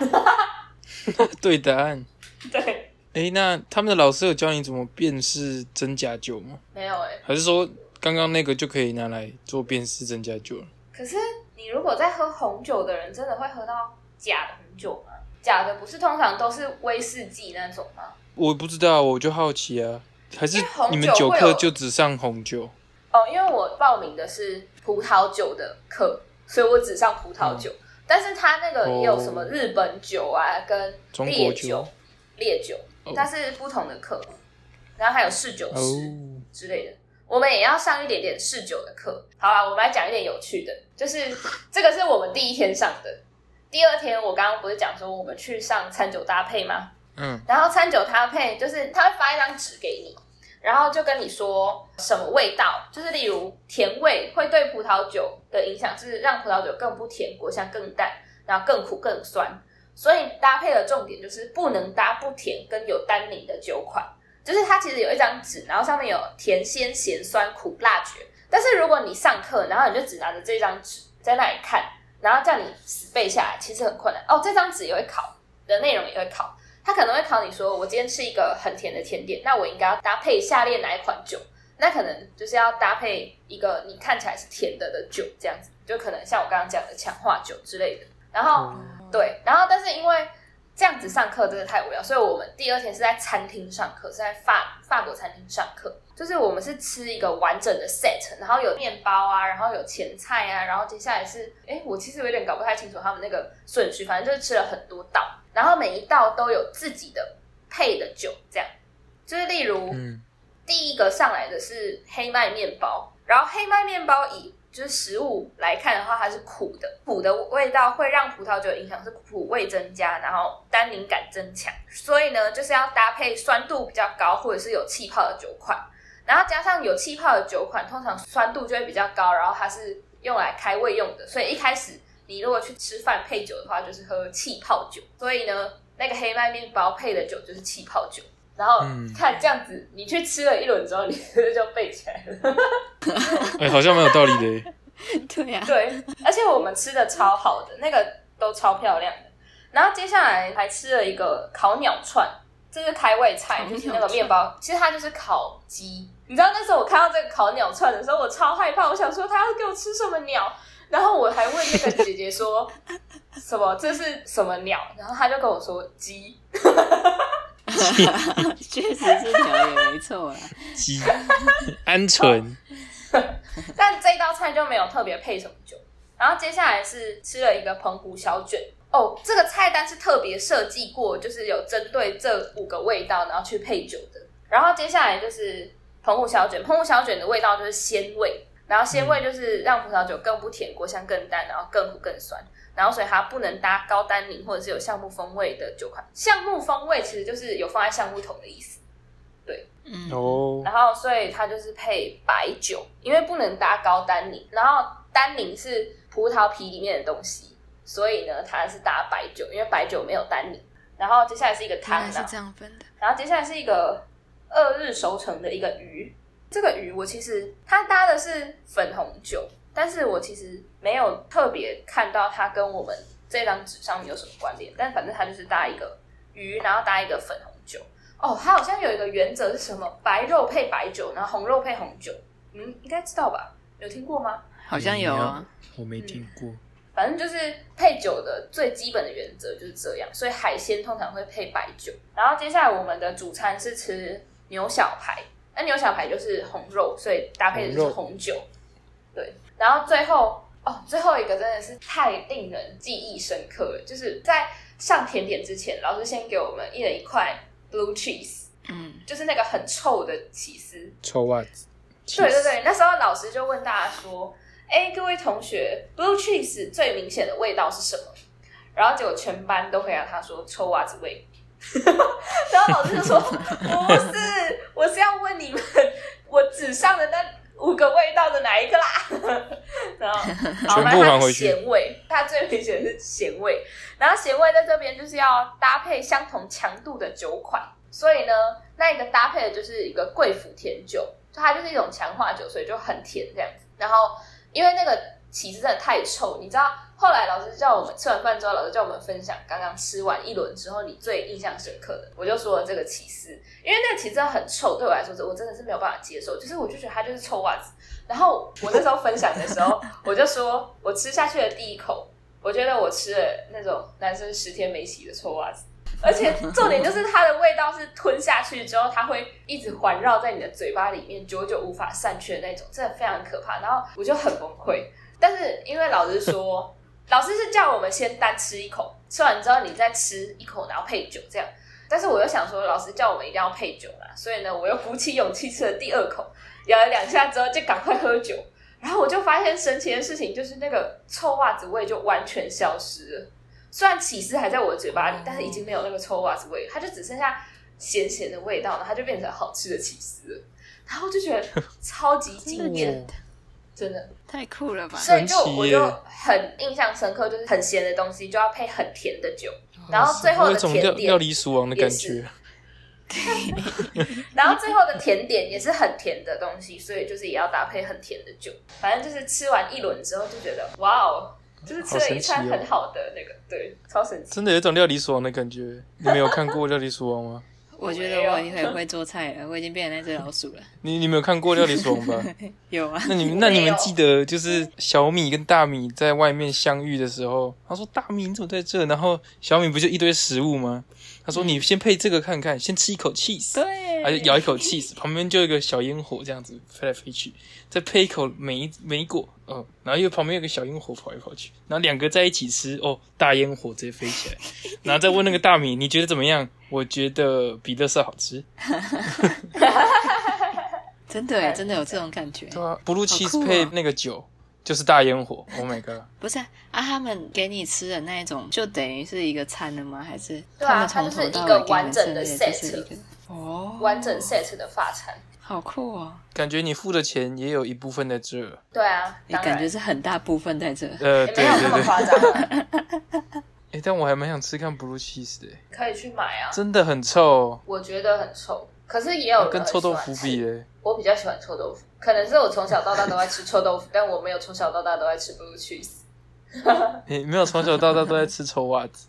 A: 对答案。
C: 对，
A: 诶，那他们的老师有教你怎么辨识真假酒吗？
C: 没有哎、
A: 还是说刚刚那个就可以拿来做辨识真假酒了？
C: 可是你如果在喝红酒的人，真的会喝到假的红酒吗？假的不是通常都是威士忌那种吗？
A: 我不知道，我就好奇啊。还是
C: 因为红
A: 你们
C: 酒
A: 酒
C: 会
A: 课
C: 有
A: 就只上红酒？
C: 哦，因为我报名的是葡萄酒的课，所以我只上葡萄
A: 嗯
C: 酒。但是它那个也有什么
A: 哦
C: 日本酒啊，跟
A: 中国
C: 烈
A: 酒
C: 酒、烈酒
A: 哦，
C: 它是不同的课。然后还有侍酒
A: 哦
C: 师，之类的。我们也要上一点点试酒的课。好啊啦，我们来讲一点有趣的，就是这个是我们第一天上的。第二天我刚刚不是讲说我们去上餐酒搭配吗？
A: 嗯，
C: 然后餐酒搭配就是他会发一张纸给你，然后就跟你说什么味道，就是例如甜味会对葡萄酒的影响是让葡萄酒更不甜，果香更淡，然后更苦更酸。所以搭配的重点就是不能搭不甜跟有单宁的酒款，就是它其实有一张纸，然后上面有甜、鲜、咸、酸、苦、辣觉。但是如果你上课，然后你就只拿着这张纸在那里看，然后叫你死背下来，其实很困难。哦，这张纸也会考的内容也会考，他可能会考你说，我今天吃一个很甜的甜点，那我应该要搭配下列哪一款酒？那可能就是要搭配一个你看起来是甜的的酒，这样子，就可能像我刚刚讲的强化酒之类的。然后
B: 嗯
C: 对，然后但是因为这样子上课真的太无聊，所以我们第二天是在餐厅上课，是在法法国餐厅上课，就是我们是吃一个完整的 set，然后有面包啊，然后有前菜啊，然后接下来是，哎，我其实有点搞不太清楚他们那个顺序，反正就是吃了很多道，然后每一道都有自己的配的酒，这样，就是例如，
A: 嗯，
C: 第一个上来的是黑麦面包，然后黑麦面包以就是食物来看的话，它是苦的，苦的味道会让葡萄酒影响是苦味增加，然后单宁感增强，所以呢，就是要搭配酸度比较高或者是有气泡的酒款，然后加上有气泡的酒款，通常酸度就会比较高，然后它是用来开胃用的，所以一开始你如果去吃饭配酒的话，就是喝气泡酒，所以呢，那个黑麦面包配的酒就是气泡酒。然后
A: 嗯
C: 看这样子，你去吃了一轮之后，你 就背起来了。
A: 哎、好像蛮有道理的耶。
B: 对啊呀、
C: 对，而且我们吃的超好的，那个都超漂亮的。然后接下来还吃了一个烤鸟串，这是开胃菜，
B: 烤
C: 就是
B: 鸟
C: 那个面包，其实它就是烤鸡。你知道那时候我看到这个烤鸟串的时候，我超害怕，我想说他要给我吃什么鸟，然后我还问那个姐姐说 什么这是什么鸟，然后她就跟我说鸡。
B: 确实是鸟也没错啊啦。
A: 鸡，鹌鹑，
C: 但这道菜就没有特别配什么酒。然后接下来是吃了一个澎湖小卷哦，这个菜单是特别设计过，就是有针对这五个味道，然后去配酒的。然后接下来就是澎湖小卷，澎湖小卷的味道就是鲜味，然后鲜味就是让葡萄酒更不甜，果香更淡，然后更苦更酸。然后所以它不能搭高单宁或者是有橡木风味的酒款。橡木风味其实就是有放在橡木桶的意思。
B: 嗯，
A: 哦，
C: 然后所以它就是配白酒，因为不能搭高单宁，然后单宁是葡萄皮里面的东西，所以呢它是搭白酒，因为白酒没有单宁。然后接下来是一个汤
B: 原来是
C: 然后
B: 这样分的。
C: 然后接下来是一个二日熟成的一个鱼，这个鱼我其实它搭的是粉红酒，但是我其实没有特别看到它跟我们这张纸上面有什么关联，但反正它就是搭一个鱼，然后搭一个粉红酒。哦，它好像有一个原则是什么？白肉配白酒，然后红肉配红酒。你们应该知道吧？有听过吗？
B: 好像有啊，
A: 我没听过。
C: 反正就是配酒的最基本的原则就是这样，所以海鲜通常会配白酒。然后接下来我们的主餐是吃牛小排，那牛小排就是红肉，所以搭配的就是红酒。对，然后最后哦，最后一个真的是太令人记忆深刻了，就是在上甜点之前，老师先给我们一人一块 blue cheese，
B: 嗯，
C: 就是那个很臭的起司，
A: 臭袜子。
C: 对对对，那时候老师就问大家说：“哎，各位同学，blue cheese 最明显的味道是什么？”然后结果全班都回答他说：“臭袜子味。” 然后老师就说：“不是，我是要问你们，我纸上的那五个味道的哪一个啦？” 然后，好
A: 全部
C: 反正它
A: 还
C: 是
A: 回去
C: 咸味，它最明显的是咸味。然后咸味在这边就是要搭配相同强度的酒款，所以呢，那一个搭配的就是一个贵腐甜酒，就它就是一种强化酒，所以就很甜这样子。然后因为那个起司真的太臭，你知道，后来老师叫我们吃完饭之后，老师叫我们分享刚刚吃完一轮之后你最印象深刻的，我就说了这个起司，因为那个起司真的很臭，对我来说我真的是没有办法接受，就是我就觉得它就是臭袜子。然后我那时候分享的时候，我就说我吃下去的第一口，我觉得我吃了那种男生十天没洗的臭袜子。而且重点就是它的味道是吞下去之后，它会一直环绕在你的嘴巴里面，久久无法散去的那种，真的非常可怕。然后我就很崩溃。但是因为老师说， 老师是叫我们先单吃一口，吃完之后你再吃一口，然后配酒这样。但是我又想说，老师叫我们一定要配酒啦，所以呢，我又鼓起勇气吃了第二口，咬了两下之后就赶快喝酒。然后我就发现神奇的事情，就是那个臭袜子味就完全消失了。虽然起司还在我的嘴巴里，但是已经没有那个臭袜子味，它就只剩下咸咸的味道，然后它就变成好吃的起司了。然后就觉得超级惊艳，真的。
B: 太酷了吧！
C: 所以就
A: 神奇
C: 我
A: 耶
C: 就很印象深刻，就是很咸的东西就要配很甜的酒，
A: 哦
C: 然后最后的
A: 有一种料
C: 甜
A: 料
C: 点，
A: 理鼠王的感觉，
C: 然后最后的甜点也是很甜的东西，所以就是也要搭配很甜的酒。反正就是吃完一轮之后就觉得哇哦，就是吃了一
A: 好
C: 餐
A: 神奇哦
C: 很好的那个，对，超神奇。
A: 真的有一种料理鼠王的感觉。你们有看过料理鼠王吗？
B: 我觉得我已经很会做菜了，我已经变成那只老鼠了。
A: 你你们有看过料理鼠王 吧？
B: 有啊，
A: 那你们
C: 我
A: 那
C: 没
A: 你们
C: 有
A: 记得就是小米跟大米在外面相遇的时候，他说：“大米你怎么在这？”然后小米不就一堆食物吗？他
C: 嗯
A: 说：“你先配这个看看，先吃一口 cheese，
B: 对，
A: 而且咬一口 cheese，旁边就有一个小烟火这样子飞来飞去，再配一口梅梅果，嗯，然后又旁边有个小烟火跑来跑去，然后两个在一起吃，哦，大烟火直接飞起来， 然后再问那个大米你觉得怎么样？我觉得比乐色好吃，
B: 真的耶，真的有这种感觉。
A: 对啊，blue cheese
B: 酷哦
A: 配那个酒就是大烟火，Oh my god！”
B: 不是啊，啊他们给你吃的那一种，就等于是一个餐了吗？还是
C: 对啊
B: 他们从头到
C: 它就是一
B: 尾
C: 个
B: 给你
C: 完
B: 们
C: 整的
B: 吃的也就是一个哦，
C: 完整 set 的发餐，
B: 好酷哦！
A: 感觉你付的钱也有一部分在这，
C: 对啊，
B: 你
C: 当然
B: 感觉是很大部分在这，
A: 呃，
C: 也
A: 对
C: 没有那
A: 对
C: 么
A: 对，哎、
C: 夸张啊，
A: 但我还蛮想吃看 blue cheese 的、
C: 可以去买啊。
A: 真的很臭，
C: 我觉得很臭，可是也有人
A: 跟臭豆腐
C: 很喜哦欢吃
A: 比、欸，
C: 我比较喜欢臭豆腐，可能是我从小到大都爱吃臭 豆腐，但我没有从小到大都爱吃 blue cheese。
A: 你没有从小到大都在吃臭袜子，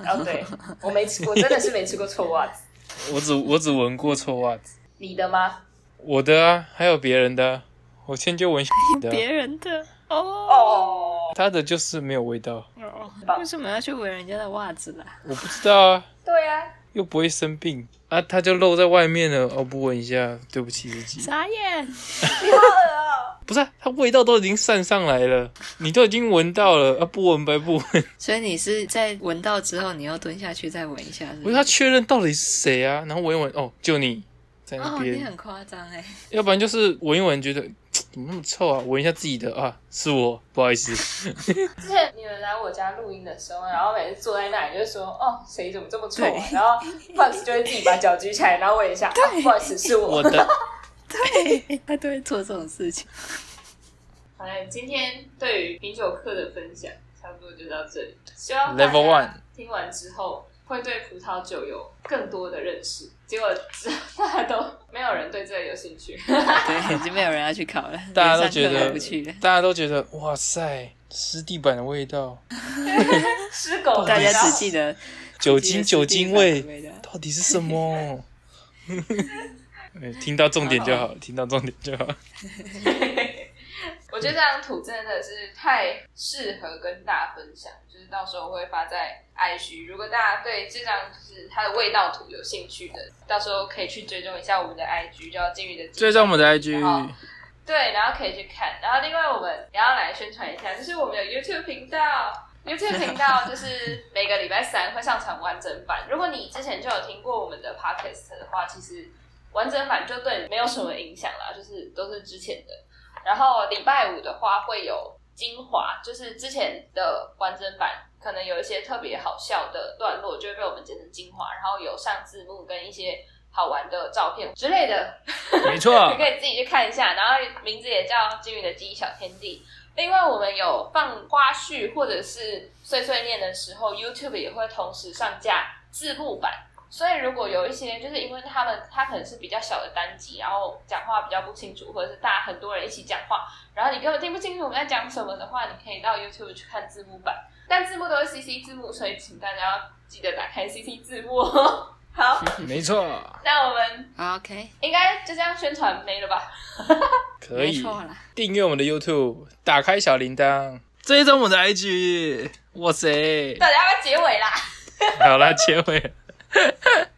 C: 哦， 对，我没吃，我真的是没吃过臭袜子。
A: 我只我只闻过臭袜子，
C: 你的吗？
A: 我的啊，还有别人的啊，我先就闻的啊，
B: 别人的哦
C: 哦，
A: 他的就是没有味道，
B: 哦
C: 棒
B: 为什么要去闻人家的袜子啦？
A: 我不知道啊，
C: 对啊，
A: 又不会生病啊，他就露在外面了，哦，不闻一下，对不起自己，
B: 傻眼！
C: 你好恶哦。
A: 不是、啊，他味道都已经散上来了，你都已经闻到了，啊，不闻白 不闻。
B: 所以你是在闻到之后，你要蹲下去再闻一下，是
A: 我
B: 不
A: 说
B: 是？
A: 他确认到底是谁啊，然后闻一闻，哦，就你在那
B: 哦，你
A: 边，
B: 很夸张哎，
A: 要不然就是闻一闻觉得嘖怎么那么臭啊，闻一下自己的啊，是我，不好意思，
C: 之前你们来我家录音的时候，然后每次坐在那里就说，哦，谁怎么这么臭啊？
B: 对
C: 然后 Fox 就会自己把脚举起来，然后闻一下，啊、不好意思，是我
A: 我。的，
B: 对， 他都会做这种事情。
C: 好了，今天对于品酒课的分享差不多就到这里。希望
A: Level
C: 大
A: one
C: 家听完之后会对葡萄酒有更多的认识。结果之后大家都没有人对这个有兴趣，
B: 对，就没有人要去考了，
A: 大家都
B: 连上课
A: 觉得
B: 都不去了，
A: 大家都觉得哇塞，湿地板的味道，
C: 吃狗
B: 大家只
C: 自
B: 记
C: 己
B: 得
A: 哦啊酒
B: 记
A: 精
B: 得
A: 酒
B: 是第一
A: 精
B: 版
A: 味
B: 的味道
A: 到底是什么？ 哎听到重点就好，听到重点就好。
C: 我觉得这张图真的是太适合跟大家分享，就是到时候会发在 IG。如果大家对这张就是它的味道图有兴趣的，到时候可以去追踪一下我们的 IG，叫金鱼的金。
A: 追踪我们的
C: 好
A: IG，
C: 对，然后可以去看。然后另外我们也要来宣传一下，就是我们有 YouTube 频道。YouTube 频道就是每个礼拜三会上传完整版。如果你之前就有听过我们的 Podcast 的话，其实完整版就对你没有什么影响啦，就是都是之前的。然后礼拜五的话会有精华，就是之前的完整版可能有一些特别好笑的段落，就会被我们剪成精华，然后有上字幕跟一些好玩的照片之类的，
A: 没错
C: 你，可以自己去看一下。然后名字也叫《金鱼的记忆小天地》。另外，我们有放花絮或者是碎碎念的时候，YouTube 也会同时上架字幕版。所以，如果有一些就是因为他们他可能是比较小的单集，然后讲话比较不清楚，或者是大家很多人一起讲话，然后你根本听不清楚我们在讲什么的话，你可以到 YouTube 去看字幕版。但字幕都是 CC 字幕，所以请大家要记得打开 CC 字幕哦。 好，
A: 没错，
C: 那我们
B: OK，
C: 应该就这样宣传没了吧？
A: 可
B: 没
A: 以
B: 错啦。
A: 订阅我们的 YouTube，打开小铃铛，追踪我们的 IG。哇塞，
C: 大家要不要结尾啦？
A: 好啦，结尾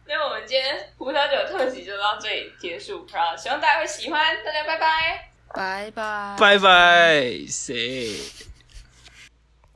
C: 那我们今天葡萄酒特辑就到这里结束，然后希望大家会喜欢，大家拜拜。
B: 拜拜。
A: 拜拜，谁？